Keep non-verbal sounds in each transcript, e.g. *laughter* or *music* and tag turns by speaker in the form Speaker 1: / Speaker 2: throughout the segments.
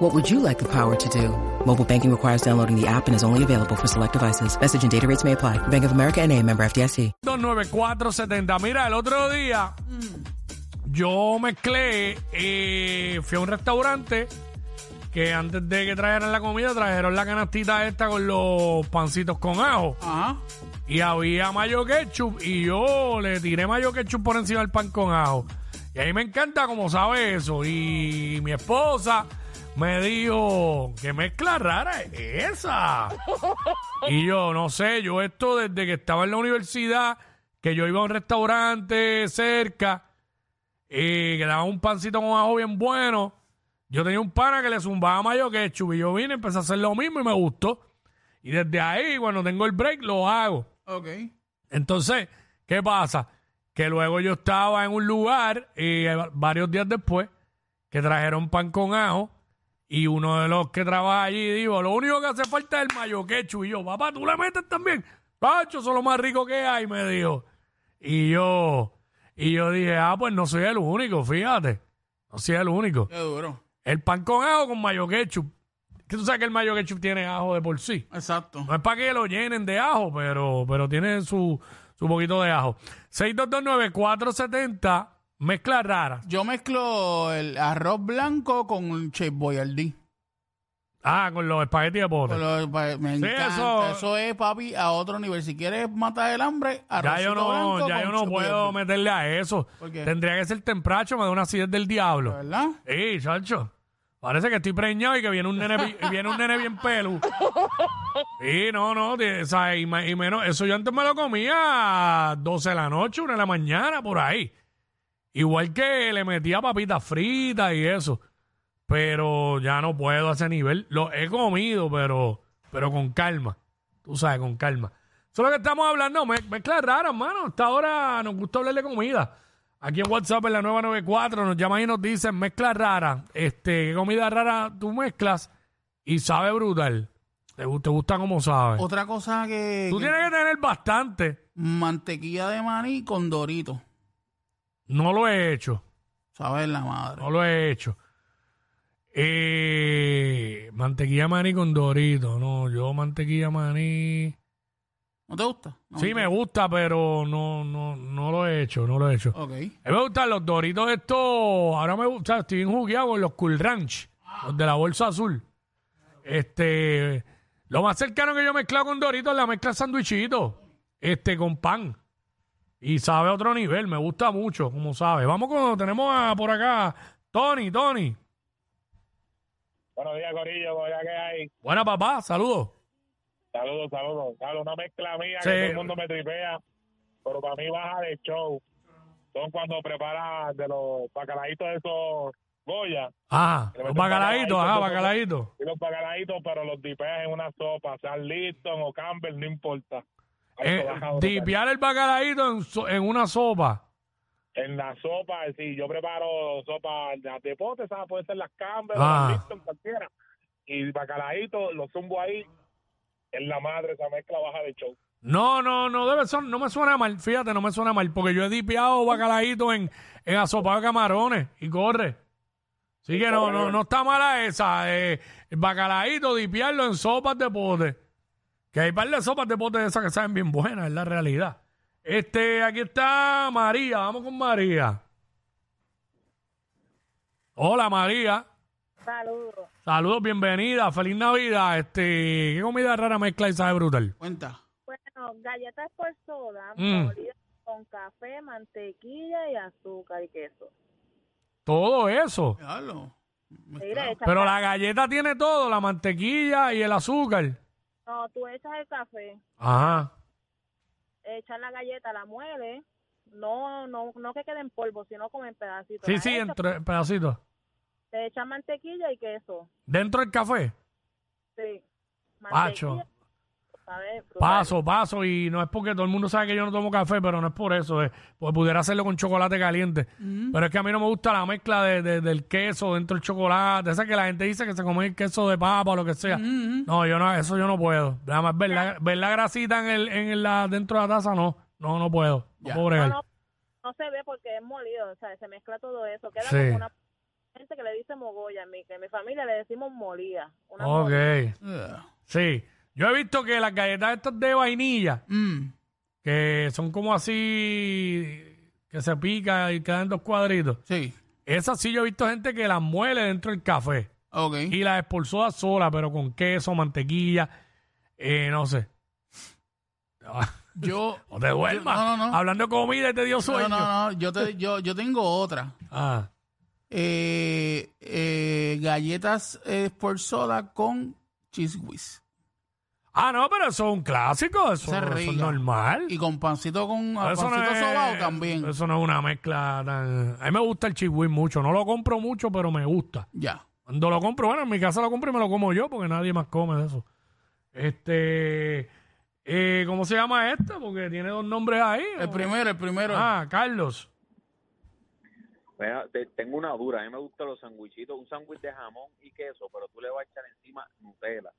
Speaker 1: What would you like the power to do? Mobile banking requires downloading the app and is only available for select devices. Message and data rates may apply. Bank of America and a member FDIC.
Speaker 2: 29470. Mira, el otro día yo mezclé, eh, fui a un restaurante que antes de que trajeran la comida, trajeron la canastita esta con los pancitos con ajo.
Speaker 3: Ajá.
Speaker 2: Y había mayo ketchup y yo le tiré mayo ketchup por encima del pan con ajo. Y a mí me encanta como sabe eso. Y mi esposa me dijo, qué mezcla rara es esa. y yo, no sé, yo esto desde que estaba en la universidad, que yo iba a un restaurante cerca, y que daba un pancito con ajo bien bueno. Yo tenía un pana que le zumbaba mayo ketchup y yo vine, empecé a hacer lo mismo y me gustó. Y desde ahí, cuando tengo el break, lo hago.
Speaker 3: Ok.
Speaker 2: Entonces, ¿qué pasa? Que luego yo estaba en un lugar y eh, varios días después que trajeron pan con ajo y uno de los que trabaja allí dijo, lo único que hace falta es el mayo quechu. Y yo, papá, ¿tú le metes también? Pacho, eso es lo más rico que hay, me dijo. Y yo, y yo dije, ah, pues no soy el único, fíjate. No soy el único.
Speaker 3: Qué duro.
Speaker 2: El pan con ajo con mayo ketchup. Que tú sabes que el mayo ketchup tiene ajo de por sí.
Speaker 3: Exacto.
Speaker 2: No es para que lo llenen de ajo, pero, pero tiene su, su poquito de ajo. 6229470, mezcla rara.
Speaker 3: Yo mezclo el arroz blanco con un Chef Boyardee.
Speaker 2: Ah, con los espaguetis de pobre.
Speaker 3: Con lo- pa- Me encanta.
Speaker 2: eso-
Speaker 3: eso... es, papi, a otro nivel. Si quieres matar el hambre, arroz
Speaker 2: Ya yo no,
Speaker 3: blanco
Speaker 2: ya
Speaker 3: con
Speaker 2: yo no
Speaker 3: Chef
Speaker 2: puedo
Speaker 3: Boyardee.
Speaker 2: meterle a eso.
Speaker 3: ¿Por qué?
Speaker 2: Tendría que ser tempracho, me da una acidez del diablo.
Speaker 3: ¿Verdad?
Speaker 2: Sí, chacho. Parece que estoy preñado y que viene un nene, bi- viene un nene bien pelu. Sí, no, no, de- o sea, y, ma- y menos, eso yo antes me lo comía a 12 de la noche, 1 de la mañana, por ahí. Igual que le metía papitas fritas y eso. Pero ya no puedo a ese nivel. Lo he comido, pero, pero con calma. Tú sabes, con calma. Eso es lo que estamos hablando. Me, mezclas raras, mano. Hasta ahora nos gusta hablar de comida. Aquí en WhatsApp, en la nueva 94, nos llaman y nos dicen mezclas raras. Este, ¿Qué comida rara tú mezclas? Y sabe brutal. Te, gu- te gusta como sabe.
Speaker 3: Otra cosa que.
Speaker 2: Tú
Speaker 3: que-
Speaker 2: tienes que tener bastante.
Speaker 3: Mantequilla de maní con dorito.
Speaker 2: No lo he hecho.
Speaker 3: Sabes la madre.
Speaker 2: No lo he hecho. Eh, mantequilla maní con dorito. No, yo mantequilla maní.
Speaker 3: ¿No te gusta? No,
Speaker 2: Sí, me gusta, pero no, no, no lo he hecho, no lo he hecho.
Speaker 3: Ok.
Speaker 2: A mí me gustan los doritos estos. Ahora me gusta, estoy bien jugueado con los Cool Ranch, los de la bolsa azul. Este, lo más cercano que yo he mezclado con doritos es la mezcla de sandwichito, este, con pan. Y sabe a otro nivel, me gusta mucho, como sabe. Vamos con, tenemos a- por acá, Tony, Tony.
Speaker 4: Buenos días, Corillo, ¿cómo ya que hay?
Speaker 2: Buena papá, saludos.
Speaker 4: Saludos, saludos. Saludos, una mezcla mía
Speaker 2: Sí.
Speaker 4: que todo el mundo me tripea, pero para mí baja de show. Son cuando preparan de los bacalaitos de esos Goya,
Speaker 2: Ajá,
Speaker 4: Le
Speaker 2: los
Speaker 4: meto
Speaker 2: bacalaitos,
Speaker 4: bacalaíto,
Speaker 2: ajá,
Speaker 4: yo-
Speaker 2: bacalaitos.
Speaker 4: y los bacalaitos, pero los dipeas en una sopa, sea Lipton o Campbell, no importa. Ahí
Speaker 2: Eh,
Speaker 4: se baja brutal.
Speaker 2: dipear el bacalaíto en, so- en una sopa.
Speaker 4: En la sopa, sí, yo preparo sopa las de pote, ¿sabes? Puede ser las Campbell,
Speaker 2: Ah.
Speaker 4: las Lipton, cualquiera. Y bacalaíto, los zumbo ahí, en la madre, esa mezcla baja de show.
Speaker 2: No, no, no debe son, no me suena mal, fíjate, no me suena mal, porque yo he dipeado bacalaíto en, en asopado de camarones y corre. Así que no, no, no está mala esa, eh, el bacalaíto, dipearlo en sopas de pote. Que hay par de sopas de pote de esas que saben bien buenas, es la realidad. Este, aquí está María, vamos con María. Hola María,
Speaker 5: Saludos.
Speaker 2: saludos, bienvenida, feliz Navidad. Este, qué comida rara mezcla y sabe brutal.
Speaker 3: Cuenta.
Speaker 5: Bueno, galletas por soda,
Speaker 2: Mm.
Speaker 5: molidas con café, mantequilla y azúcar y queso.
Speaker 2: Todo eso.
Speaker 3: Déjalo.
Speaker 5: Mira, echas
Speaker 2: Ah, Pero
Speaker 5: ca-
Speaker 2: la galleta tiene todo, la mantequilla y el azúcar.
Speaker 5: No, tú echas el café,
Speaker 2: Ajá.
Speaker 5: echas la galleta, la mueves, no, no, no que quede en polvo, sino como en pedacitos.
Speaker 2: Sí,
Speaker 5: La
Speaker 2: sí,
Speaker 5: echas,
Speaker 2: entre pedacitos.
Speaker 5: Te echas mantequilla y queso.
Speaker 2: Dentro del café.
Speaker 5: Sí.
Speaker 2: Pacho.
Speaker 5: Mantequilla, ¿sabes? Disfrutar.
Speaker 2: Paso, paso, y no es porque todo el mundo sabe que yo no tomo café, pero no es por eso, eh, porque pudiera hacerlo con chocolate caliente. Pero es que a mí no me gusta la mezcla de, de- del queso dentro del chocolate, esa que la gente dice que se come el queso de papa o lo que sea.
Speaker 3: Mm.
Speaker 2: No, yo no, eso yo no puedo. Nada más ver la, ver la grasita en el, en la, dentro de la taza, no, no, no puedo. No
Speaker 3: Ya.
Speaker 2: puedo bregar.
Speaker 5: No, No se ve porque es molido, o sea, se mezcla todo eso. Queda
Speaker 2: Sí.
Speaker 5: como una gente que le dice mogolla a mí, que en mi familia le decimos molía. Una
Speaker 2: ok,
Speaker 5: molía.
Speaker 3: Ugh.
Speaker 2: sí. Yo he visto que las galletas estas de vainilla,
Speaker 3: Mm.
Speaker 2: que son como así, que se pica y quedan dos cuadritos.
Speaker 3: Sí.
Speaker 2: Esa sí yo he visto gente que la muele dentro del café
Speaker 3: Ok.
Speaker 2: y la expulsó sola, pero con queso, mantequilla, eh, no sé. No
Speaker 3: Yo.
Speaker 2: te duermas.
Speaker 3: No, no, no.
Speaker 2: Hablando de comida y te dio
Speaker 3: No,
Speaker 2: sueño.
Speaker 3: no, no. Yo, te, yo, yo tengo otra.
Speaker 2: Ah,
Speaker 3: Eh, eh, galletas eh, por soda con cheese whiz.
Speaker 2: Ah, no, pero eso es un clásico, eso,
Speaker 3: Esa es
Speaker 2: eso es
Speaker 3: rica.
Speaker 2: normal.
Speaker 3: Y con pancito con ah, pancito sobao también.
Speaker 2: eso no es una mezcla tan... A mí me gusta el chihui mucho, no lo compro mucho, pero me gusta.
Speaker 3: Ya.
Speaker 2: Cuando lo compro, bueno, en mi casa lo compro y me lo como yo, porque nadie más come de eso. Este, eh, ¿cómo se llama este? Porque tiene dos nombres ahí.
Speaker 3: El
Speaker 2: ¿o?
Speaker 3: primero, el primero.
Speaker 2: Ah, Carlos.
Speaker 6: Mira, te- tengo una dura. A mí me gustan los sandwichitos. Un sándwich de jamón y queso, pero tú le vas a echar encima Nutella.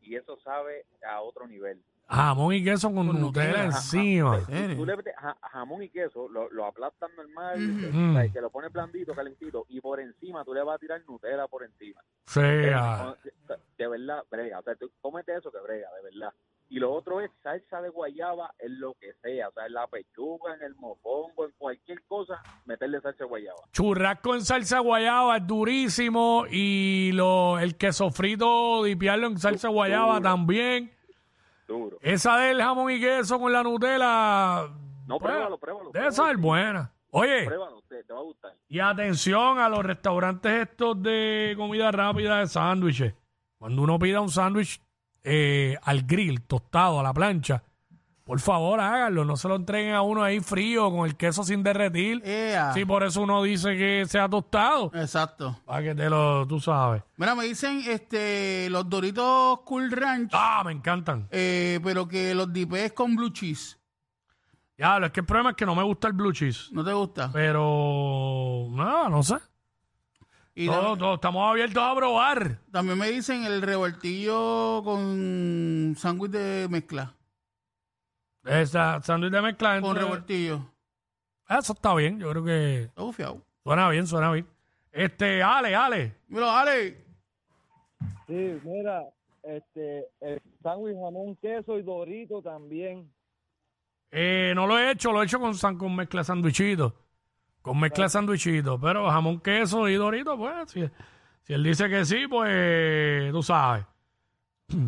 Speaker 6: Y eso sabe a otro nivel.
Speaker 2: Jamón y queso con,
Speaker 3: Con
Speaker 2: Nutella,
Speaker 3: Nutella.
Speaker 2: encima.
Speaker 3: serio?
Speaker 6: Tú le metes ja- jamón y queso, lo, lo aplastan normal,
Speaker 2: Mm.
Speaker 6: o sea, que lo pones blandito, calentito, y por encima tú le vas a tirar Nutella por encima.
Speaker 2: Sea.
Speaker 6: Eh, De verdad, brega. O sea, tú cómete eso que brega, de verdad. Y lo otro es salsa de guayaba en lo que sea. O sea, en la pechuga, en el mofongo, en cualquier cosa, meterle salsa de guayaba.
Speaker 2: Churrasco en salsa guayaba es durísimo. Y lo, el queso frito, dipiarlo en salsa guayaba también.
Speaker 6: Duro.
Speaker 2: Esa del jamón y queso con la Nutella.
Speaker 6: No,
Speaker 2: pues,
Speaker 6: pruébalo, pruébalo.
Speaker 2: Debe
Speaker 6: pruébalo.
Speaker 2: saber buena. Oye.
Speaker 6: Pruébalo, te, te va a gustar.
Speaker 2: Y atención a los restaurantes estos de comida rápida de sándwiches. Cuando uno pida un sándwich eh, al grill, tostado, a la plancha, por favor háganlo. No se lo entreguen a uno ahí frío, con el queso sin derretir.
Speaker 3: Ea.
Speaker 2: Sí, por eso uno dice que sea tostado.
Speaker 3: Exacto.
Speaker 2: Para que te lo, tú sabes.
Speaker 3: Mira, me dicen este los Doritos Cool Ranch,
Speaker 2: Ah, me encantan.
Speaker 3: eh, pero que los dipees con blue cheese.
Speaker 2: Ya, es que el problema es que no me gusta el blue cheese.
Speaker 3: ¿No te gusta?
Speaker 2: Pues, Pero, no, no sé.
Speaker 3: Y
Speaker 2: Todos-
Speaker 3: tam-
Speaker 2: todos estamos abiertos a probar.
Speaker 3: también me dicen el revoltillo con sándwich de mezcla.
Speaker 2: Esa sándwich de mezcla.
Speaker 3: Con
Speaker 2: entre- Ah,
Speaker 3: revoltillo.
Speaker 2: Eso está bien, yo creo que...
Speaker 3: Está bufiado.
Speaker 2: Suena bien, suena bien. Este, Ale, Ale.
Speaker 3: Mira, Ale.
Speaker 7: Sí, mira, este, el sándwich jamón, queso y dorito también.
Speaker 2: eh, no lo he hecho, lo he hecho con, san- con mezcla de sandwichito. Con mezcla de sandwichito. Pero jamón, queso y dorito, pues, si, si él dice que sí, pues, tú sabes. *clears throat*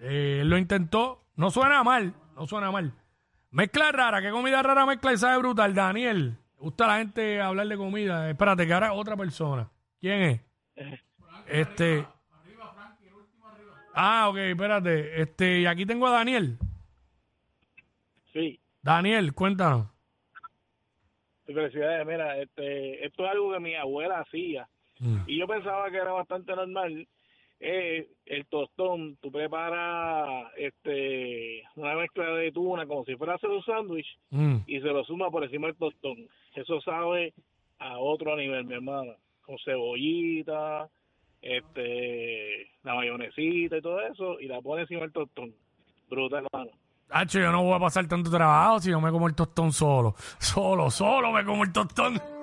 Speaker 2: Eh, él lo intentó. No suena mal, no suena mal. Mezcla rara, ¿qué comida rara mezcla y sabe brutal? Daniel, ¿te gusta a la gente hablar de comida. Espérate, que ahora es otra persona. ¿Quién es? Este. Ah, ok, espérate. Este, y aquí tengo a Daniel.
Speaker 8: Sí,
Speaker 2: Daniel, cuéntanos.
Speaker 8: sí, felicidades. Mira, este, esto es algo que mi abuela hacía y yo pensaba que era bastante normal. Eh, el tostón, tú preparas este, una mezcla de tuna como si fuera a hacer un sándwich
Speaker 2: Mm.
Speaker 8: y se lo suma por encima del tostón. Eso sabe a otro nivel, mi hermana. Con cebollita, este, la mayonesita y todo eso y la pone encima del tostón. Brutal, hermano.
Speaker 2: Hacho, yo no voy a pasar tanto trabajo si no me como el tostón solo. Solo, solo me como el tostón.